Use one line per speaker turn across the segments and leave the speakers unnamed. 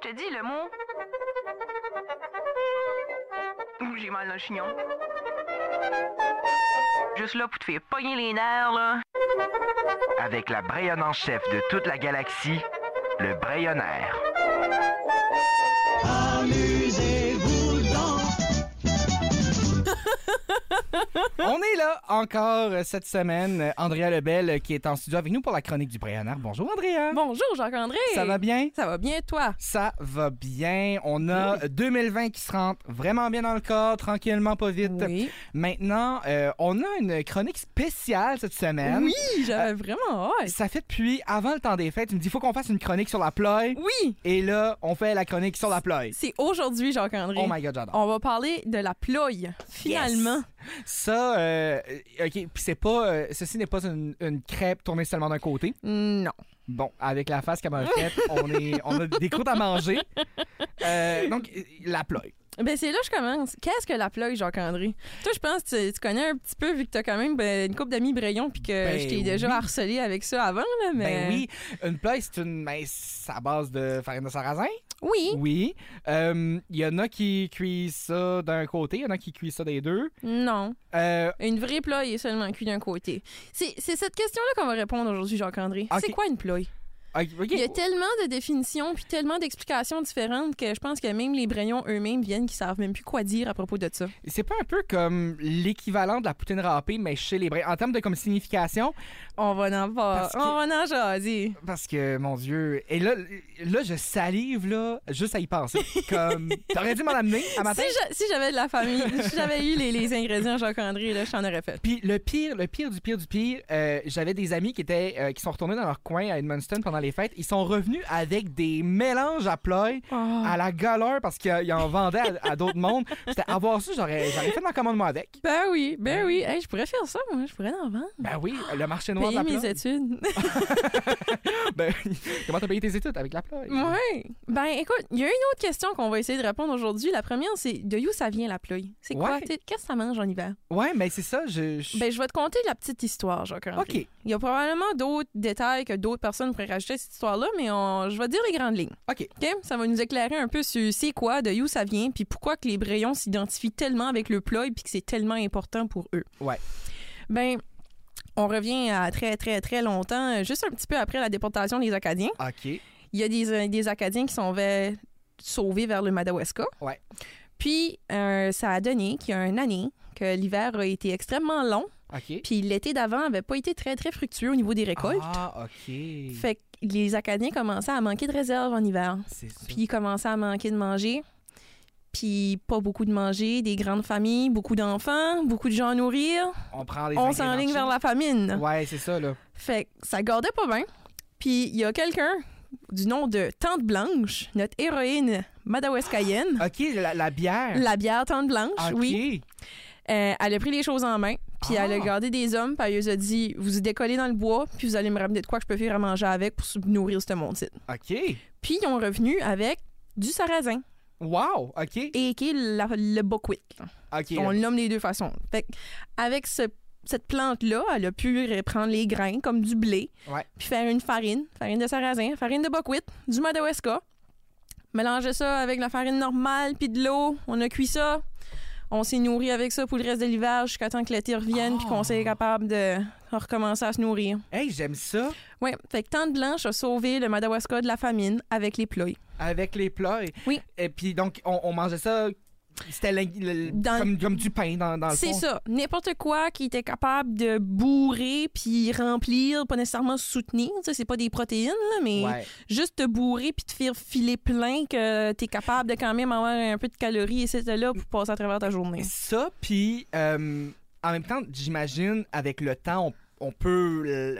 te dis le mot. Ouh, j'ai mal dans le chignon. Juste là pour te faire pogner les nerfs, là.
Avec la Brayonne en chef de toute la galaxie, le Brayonnaire.
Amusez-vous
On est là encore euh, cette semaine. Euh, Andrea Lebel euh, qui est en studio avec nous pour la chronique du Brayonnard. Bonjour Andrea.
Bonjour Jacques-André.
Ça va bien?
Ça va bien toi?
Ça va bien. On a 2020 qui se rentre vraiment bien dans le corps, tranquillement, pas vite.
Oui.
Maintenant, euh, on a une chronique spéciale cette semaine.
Oui,
euh,
j'avais vraiment hâte.
Ça fait depuis avant le temps des fêtes. Tu me dis, faut qu'on fasse une chronique sur la ploie.
Oui,
Et là, on fait la chronique sur la ploie.
c'est aujourd'hui Jacques-André.
Oh my god, j'adore.
On va parler de la ploie, finalement.
Ça, euh, OK, puis c'est pas. euh, ceci n'est pas une, une crêpe tournée seulement d'un côté.
Non.
Bon, avec la face comme un crêpe, on, est, on a des croûtes à manger. Euh, donc, euh, la ploie.
Ben c'est là que je commence. Qu'est-ce que la ploie, Jacques-André? Toi, je pense que tu, tu connais un petit peu vu que t'as quand même ben, une couple d'amis Brayon puis que
Ben
je t'ai déjà
oui.
harcelé avec ça avant, là, mais...
Ben oui, une ploie, c'est une. Ben, c'est à base de farine de sarrasin.
Oui.
Oui. Euh, Il y en a qui cuisent ça d'un côté, il y en a qui cuisent ça des deux.
Non.
Euh,
Une vraie ploie est seulement cuite d'un côté. C'est c'est cette question-là qu'on va répondre aujourd'hui, Jacques-André.
Ok.
C'est quoi une ploie?
ok, ok.
Il y a tellement de définitions puis tellement d'explications différentes que je pense que même les Brayons eux-mêmes viennent qui savent même plus quoi dire à propos de ça.
C'est pas un peu comme l'équivalent de la poutine râpée, mais chez les Brins. En termes de comme signification,
On va en voir.
Parce que-
On va en jaser.
parce que, mon Dieu. Et là, là je salive, là, juste à y penser. Comme. T'aurais dû m'en amener à ma
Si j'a- si j'avais de la famille, si j'avais eu les, les ingrédients Jacques-André, là, je t'en aurais fait.
Puis le pire, le pire du pire du pire, euh, j'avais des amis qui étaient euh, qui sont retournés dans leur coin à Edmundston pendant les fêtes. Ils sont revenus avec des mélanges à ploy
Oh.
à la galère parce qu'ils euh, en vendaient à, à d'autres mondes. C'était avoir ça, j'aurais j'aurais fait ma commande moi avec.
Ben oui, ben oui. Hey, je pourrais faire ça, moi. Je pourrais en vendre.
Ben oui, le marché noir de
Payer
la
mes
ploy.
études.
Ben, comment t'as payé tes études avec la ploy?
ouais. Ben écoute, il y a une autre question qu'on va essayer de répondre aujourd'hui. La première, c'est de où ça vient la ploie? C'est quoi?
Ouais.
T'sais, Qu'est-ce que ça mange en hiver?
Ouais, mais c'est ça, je. je- Ah,
Ben je vais te conter la petite histoire, Jacques-André.
ok,
Il y a probablement d'autres détails que d'autres personnes pourraient rajouter à cette histoire-là, mais on- je vais dire les grandes lignes.
ok.
OK? Ça va nous éclairer un peu sur c'est quoi, de où ça vient, puis pourquoi que les Brayons s'identifient tellement avec le plat et puis que c'est tellement important pour eux.
Ouais.
Ben, on revient à très, très, très longtemps, euh, juste un petit peu après la déportation des Acadiens.
Ok.
Il y a des, euh, des Acadiens qui sont ve- sauvés vers le Madawaska.
Ouais.
Puis, euh, ça a donné qu'il y a une année que l'hiver a été extrêmement long,
Ok.
puis l'été d'avant n'avait pas été très, très fructueux au niveau des récoltes.
Ah, ok.
Fait que les Acadiens commençaient à manquer de réserve en hiver.
C'est ça.
Puis ils commençaient à manquer de manger. Puis pas beaucoup de manger, des grandes familles, beaucoup d'enfants, beaucoup de gens à nourrir.
On prend les
On
ingrédients
s'enligne
de
vers
chez-
la famine.
Ouais, c'est ça, là.
Fait que ça gardait pas bien. Puis il y a quelqu'un du nom de Tante Blanche, notre héroïne madawaskayenne.
Ok, la, la bière.
La bière Tante Blanche,
Ah. Ok.
oui. Euh, elle a pris les choses en main, puis
Ah.
elle a gardé des hommes, puis elle les a dit Vous décollez dans le bois, puis vous allez me ramener de quoi que je peux faire à manger avec pour nourrir ce monde-ci.
Ok.
Puis ils ont revenu avec du sarrasin
Wow, ok.
et qui est la- le buckwheat.
Ok.
On le nomme les deux façons. Fait que avec ce- cette plante-là, elle a pu prendre les grains comme du blé,
Ouais.
puis faire une farine, farine de sarrasin, farine de buckwheat, du madawaska, mélanger ça avec la farine normale, puis de l'eau. On a cuit ça. On s'est nourri avec ça pour le reste de l'hiver jusqu'à temps que l'été revienne, puis qu'on
Ah.
soit capable de recommencer à se nourrir.
Hey, j'aime ça.
Ouais, fait que Tante Blanche a sauvé le madawaska de la famine avec les ploies.
Avec les plats. et-
Oui.
Et puis, donc, on, on mangeait ça. C'était l'ing- le-
Dans-
comme, comme du pain dans, dans le
C'est
fond.
ça. N'importe quoi qui était capable de bourrer puis remplir, pas nécessairement soutenir. tu sais, C'est pas des protéines, là, mais
Ouais.
juste te bourrer puis te faire filer plein que t'es capable de quand même avoir un peu de calories et c'est là pour passer à travers ta journée.
Ça, puis euh, en même temps, j'imagine, avec le temps, on, on peut le-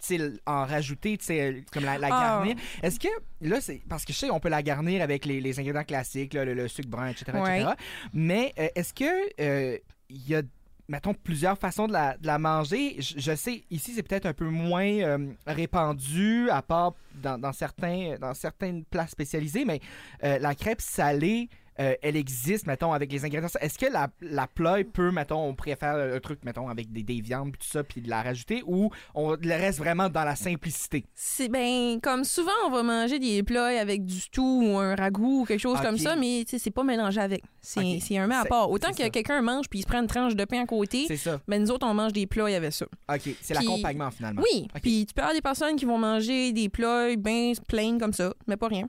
tu sais, le- en rajouter, tu sais, comme la, la
Ah.
garnir. Est-ce que, là, c'est parce que je sais, on peut la garnir avec les, les ingrédients classiques, là, le, le sucre brun, etc.
Ouais.
etc. mais euh, est-ce que euh, il y a, mettons, plusieurs façons de la, de la manger? Je, je sais, ici, c'est peut-être un peu moins euh, répandu, à part dans, dans certains, dans certaines places spécialisées, mais euh, la crêpe salée, euh, elle existe, mettons, avec les ingrédients. Est-ce que la, la ploie peut, mettons, on préfère un truc, mettons, avec des, des viandes pis tout ça, puis de la rajouter, ou on le reste vraiment dans la simplicité?
C'est ben comme souvent on va manger des plats avec du tout ou un ragoût ou quelque chose
Ok.
comme ça, mais tu sais, c'est pas mélangé avec. C'est
Ok.
c'est un mets à
C'est-
part. Autant
c'est
que
ça.
quelqu'un mange puis il se prend une tranche de pain à côté,
C'est ça.
ben nous autres on mange des plats avec ça.
OK,
Puis-
c'est l'accompagnement, finalement.
Oui,
Ok.
puis tu peux avoir des personnes qui vont manger des plats bien plain comme ça, mais pas rien.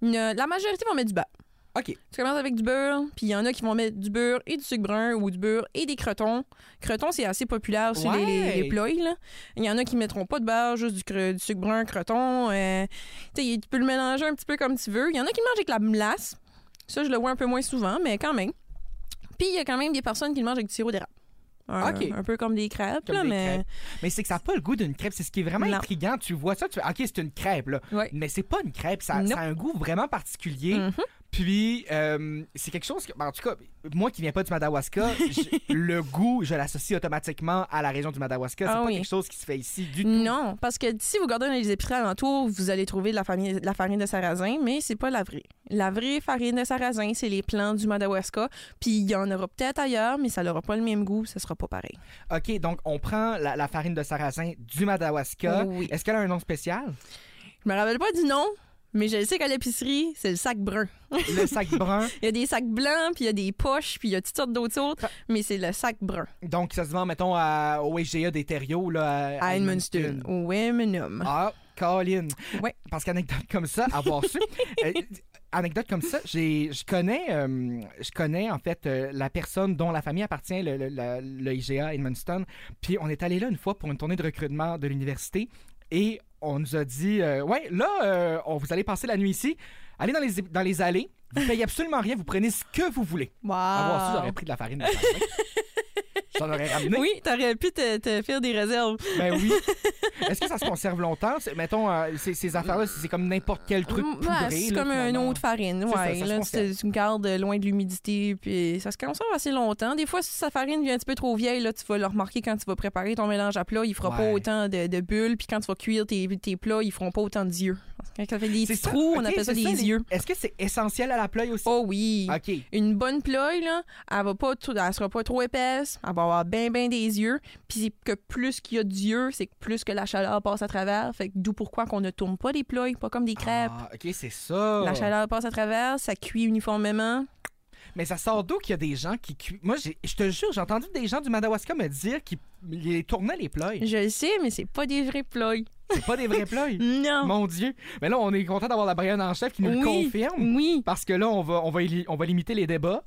Une- la majorité vont mettre du beurre.
OK.
Tu commences avec du beurre, puis il y en a qui vont mettre du beurre et du sucre brun ou du beurre et des crotons. Crotons, c'est assez populaire sur les- les, les
Ouais.
ploys, là. Il y en a qui mettront pas de beurre, juste du, cre- du sucre brun, croton. euh, tu sais, tu peux le mélanger un petit peu comme tu veux. Il y en a qui le mangent avec la melasse. Ça, je le vois un peu moins souvent, mais quand même. Puis il y a quand même des personnes qui le mangent avec du sirop d'érable. Un,
Ok.
un peu comme des crêpes,
Comme
là,
des
mais.
crêpes. Mais c'est que ça n'a pas le goût d'une crêpe. C'est ce qui est vraiment
Non.
intriguant. Tu vois ça, tu fais, OK, c'est une crêpe, là.
Ouais.
Mais c'est pas une crêpe. Ça,
Nope.
ça a un goût vraiment particulier.
Mhm.
Puis, euh, c'est quelque chose que, ben, en tout cas, moi qui viens pas du Madawaska, j- le goût, je l'associe automatiquement à la région du Madawaska. C'est
Ah
pas
oui. Mm.
quelque chose qui se fait ici du tout.
Non, parce que si vous regardez dans les épiceries alentours, vous allez trouver de la, famille- de la farine de sarrasin, mais c'est pas la vraie. La vraie farine de sarrasin, c'est les plants du Madawaska, puis il y en aura peut-être ailleurs, mais ça n'aura pas le même goût, ça sera pas pareil.
OK, donc on prend la, la farine de sarrasin du Madawaska.
Oh Oui.
Est-ce qu'elle a un nom spécial?
Je me rappelle pas du nom, mais je sais qu'à l'épicerie, c'est le sac brun.
Le sac brun.
Il y a des sacs blancs, puis il y a des poches, puis il y a toutes sortes d'autres sortes,
Ah.
mais c'est le sac brun.
Donc, ça se vend, mettons, à, au SGA des Thériaux, là, à,
À Edmundston, au Wemmenum.
Ah, Colin.
Ouais.
Parce qu'anecdote comme ça, avoir su. euh, anecdote comme ça, j'ai, je connais, euh, je connais en fait euh, la personne dont la famille appartient, le, le, la- le IGA Edmundston. Puis on est allé là une fois pour une tournée de recrutement de l'université et on nous a dit, euh, ouais, là, euh, on vous allez passer la nuit ici. Allez dans les dans les allées. Vous payez absolument rien, vous prenez ce que vous voulez.
Wow.
Avoir su,
Ah.
j'aurais pris de la farine. de sarrasin. J'en aurais ramené.
Oui, t'aurais pu te, te faire des réserves.
Ben oui. Est-ce que ça se conserve longtemps? C'est- Mettons, euh, ces, ces affaires-là, c'est c'est comme n'importe quel truc
Mm, Ouais,
poudré.
c'est
là,
comme un
finalement.
eau de farine.
C'est ça,
Ouais,
ça se
là, tu,
conserve.
tu me gardes euh, loin de l'humidité, puis ça se conserve assez longtemps. Des fois, si sa farine devient un petit peu trop vieille, là, tu vas le remarquer quand tu vas préparer ton mélange à plat, il fera pas
Ouais.
autant de, de bulles, puis quand tu vas cuire tes, tes plats, ils feront pas autant d'yeux. Quand ça fait des
C'est
petits
ça.
trous, on
Ok,
appelle ça
c'est
des
les-
yeux.
Est-ce que c'est essentiel à la playa aussi?
Oh oui!
OK.
Une bonne ploie, là, elle va pas trop- elle sera pas trop épaisse, elle va avoir bien, bien des yeux. Puis c'est que plus qu'il y a d'yeux, c'est que plus que la chaleur passe à travers. Fait que d'où pourquoi qu'on ne tourne pas les ploies, pas comme des crêpes.
Ah, OK, c'est ça.
La chaleur passe à travers, ça cuit uniformément.
Mais ça sort d'où qu'il y a des gens qui cuisent. Moi, j'ai- je te jure, j'ai entendu des gens du Madawaska me dire qu'ils les tournaient les ploies.
Je le sais, mais c'est pas des vrais ploys.
C'est pas des vrais ploies.
Non.
Mon Dieu. Mais là, on est content d'avoir la Brienne en chef qui nous le
oui,
confirme.
oui.
Parce que là, on va, on va, éli- on va limiter les débats.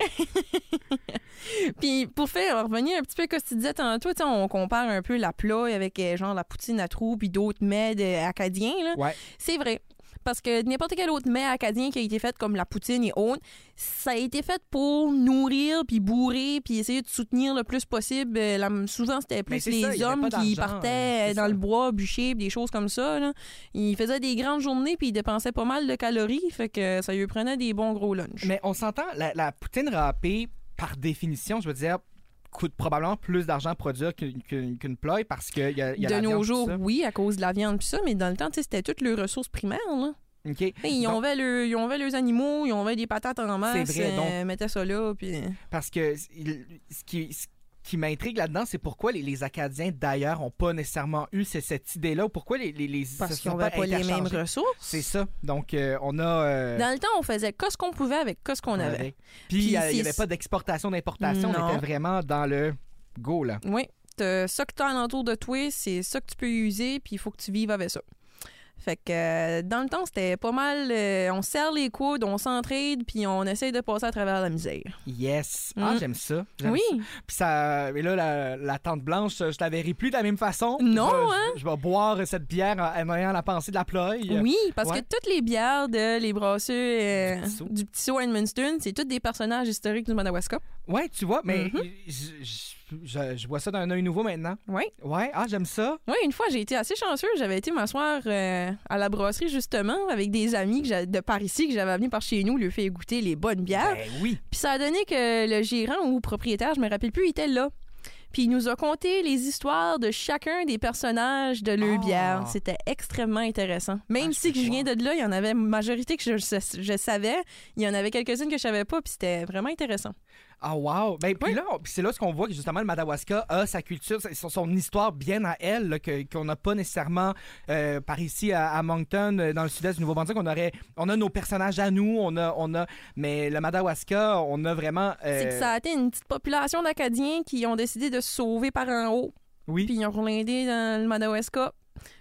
Puis pour faire revenir un petit peu à ce que tu disais tantôt, tu sais, on compare un peu la ploie avec euh, genre la poutine à trous puis d'autres mets de- acadiens. Là.
Ouais.
C'est vrai. Parce que n'importe quel autre mets acadien qui a été fait comme la poutine et autres, ça a été fait pour nourrir, puis bourrer, puis essayer de soutenir le plus possible. euh, la- souvent, c'était plus
c'est
les
ça, il y avait
hommes
pas
qui
d'argent,
partaient
euh, c'est
euh, dans
ça.
le bois, bûcher, puis des choses comme ça. là. Ils faisaient des grandes journées, puis ils dépensaient pas mal de calories, fait que ça lui prenait des bons gros lunchs.
Mais on s'entend, la, la poutine râpée, par définition, je veux dire, coûte probablement plus d'argent à produire qu'une qu'une- qu'une ploie parce que y a, y a
de
la viande,
nos
tout
jours,
ça.
oui, à cause de la viande, puis ça, mais dans le temps, tu sais, c'était toutes leurs ressources primaires. Là.
OK.
Tu sais, Ils
Donc-
enlevaient le- ils enlevaient leurs animaux, ils enlevaient des patates en masse,
vrai, donc-
euh, mettaient ça là, puis.
Parce que c- il- ce qui, ce qui m'intrigue là-dedans, c'est pourquoi les, les Acadiens d'ailleurs n'ont pas nécessairement eu ce- cette idée-là ou pourquoi les, les, les
Parce
se
qu'on
sont
n'avait pas les mêmes
interchangés.
ressources.
C'est ça. Donc, euh, on a. euh,
Dans le temps, on faisait que ce qu'on pouvait avec que ce qu'on
on
avait.
avait.
Puis
Puis, euh, il n'y
c'est-
avait pas d'exportation, d'importation. On
Non.
était vraiment dans le go, là.
Oui, t'as ça que t'as alentour de toi, c'est ça que tu peux user, puis il faut que tu vives avec ça. Fait que euh, dans le temps, c'était pas mal. euh, on serre les coudes, on s'entraide, puis on essaye de passer à travers la misère.
Yes. Ah,
Mm.
j'aime ça. J'aime
Oui,
Puis ça, mais là, la, la tante blanche, je la verrai plus de la même façon.
Non,
je,
hein?
Je, je vais boire cette bière en en ayant la pensée de la ploie.
oui, parce
ouais.
que toutes les bières de les brasseux euh,
Du Petit Saut.
du petit saut à Edmundston, c'est tous des personnages historiques du Madawaska.
Ouais, tu vois, mais
Mm-hmm.
je- je, je- je vois ça d'un œil nouveau maintenant.
Oui.
Ouais, ah, j'aime ça.
Oui, une fois, j'ai été assez chanceuse. J'avais été m'asseoir euh, à la brasserie, justement, avec des amis que j'a- de par ici que j'avais amenés par chez nous, lui fait goûter les bonnes bières.
Ben oui.
Puis ça a donné que le gérant ou propriétaire, je me rappelle plus, il était là. Puis il nous a conté les histoires de chacun des personnages de leur
Ah.
bière. C'était extrêmement intéressant. Même si que je viens de là, il y en avait une majorité que je, je- je savais. Il y en avait quelques-unes que je savais pas, puis c'était vraiment intéressant.
Ah, wow! Ben, puis là, on- puis c'est là ce qu'on voit que justement le Madawaska a sa culture, sa- son, son histoire bien à elle, là, que- qu'on n'a pas nécessairement euh, par ici à, à Moncton, euh, dans le sud-est du Nouveau-Brunswick. On, aurait, on a nos personnages à nous, on a, on a. Mais le Madawaska, on a vraiment. euh,
C'est que ça a été une petite population d'Acadiens qui ont décidé de se sauver par en haut,
Oui.
puis ils ont roulindé dans le Madawaska.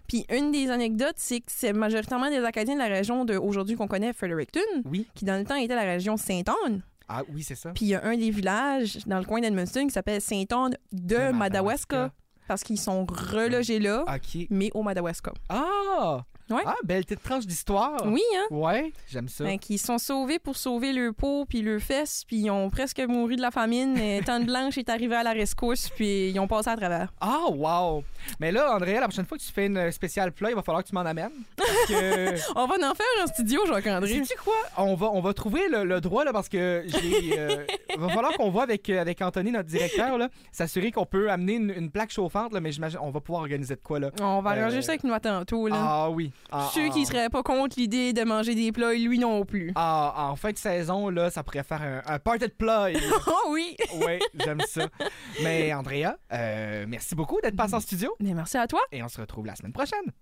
Puis une des anecdotes, c'est que c'est majoritairement des Acadiens de la région de aujourd'hui qu'on connaît, Fredericton,
Oui.
qui dans le temps était la région Saint-Anne.
Ah, oui, c'est ça.
Puis il y a un des villages dans le coin d'Edmundston qui s'appelle Saint-Anne de
De
Madawaska,
Madawaska. Ah.
parce qu'ils sont relogés là,
OK.
mais au Madawaska.
Ah!
Ouais.
Ah, belle petite tranche d'histoire.
Oui, hein?
Ouais, j'aime ça.
Ben, qui sont sauvés pour sauver leur peau puis leurs fesses, puis ils ont presque mouru de la famine. mais Tante Blanche est arrivée à la rescousse, puis ils ont passé à travers.
Ah, wow! Mais là, Andrea, la prochaine fois que tu fais une spéciale plat, il va falloir que tu m'en amènes. Parce que.
On va en faire un studio, Jacques-André.
Sais-tu quoi? On va, on va trouver le, le droit, là, parce que j'ai. euh, va falloir qu'on voit avec, euh, avec Anthony, notre directeur, là, s'assurer qu'on peut amener une, une plaque chauffante, là, mais j'imagine on va pouvoir organiser de quoi, là.
On va arranger
Euh,
ça avec nous à tantôt. Là.
Ah oui. Ah,
Ceux
ah.
qui seraient pas contre l'idée de manger des plats, lui non plus.
Ah, ah, en fin de saison, là, ça pourrait faire un, un party de plat.
Oh oui!
ouais, j'aime ça. Mais Andrea, euh, merci beaucoup d'être passé en studio
Mais merci à toi.
et on se retrouve la semaine prochaine.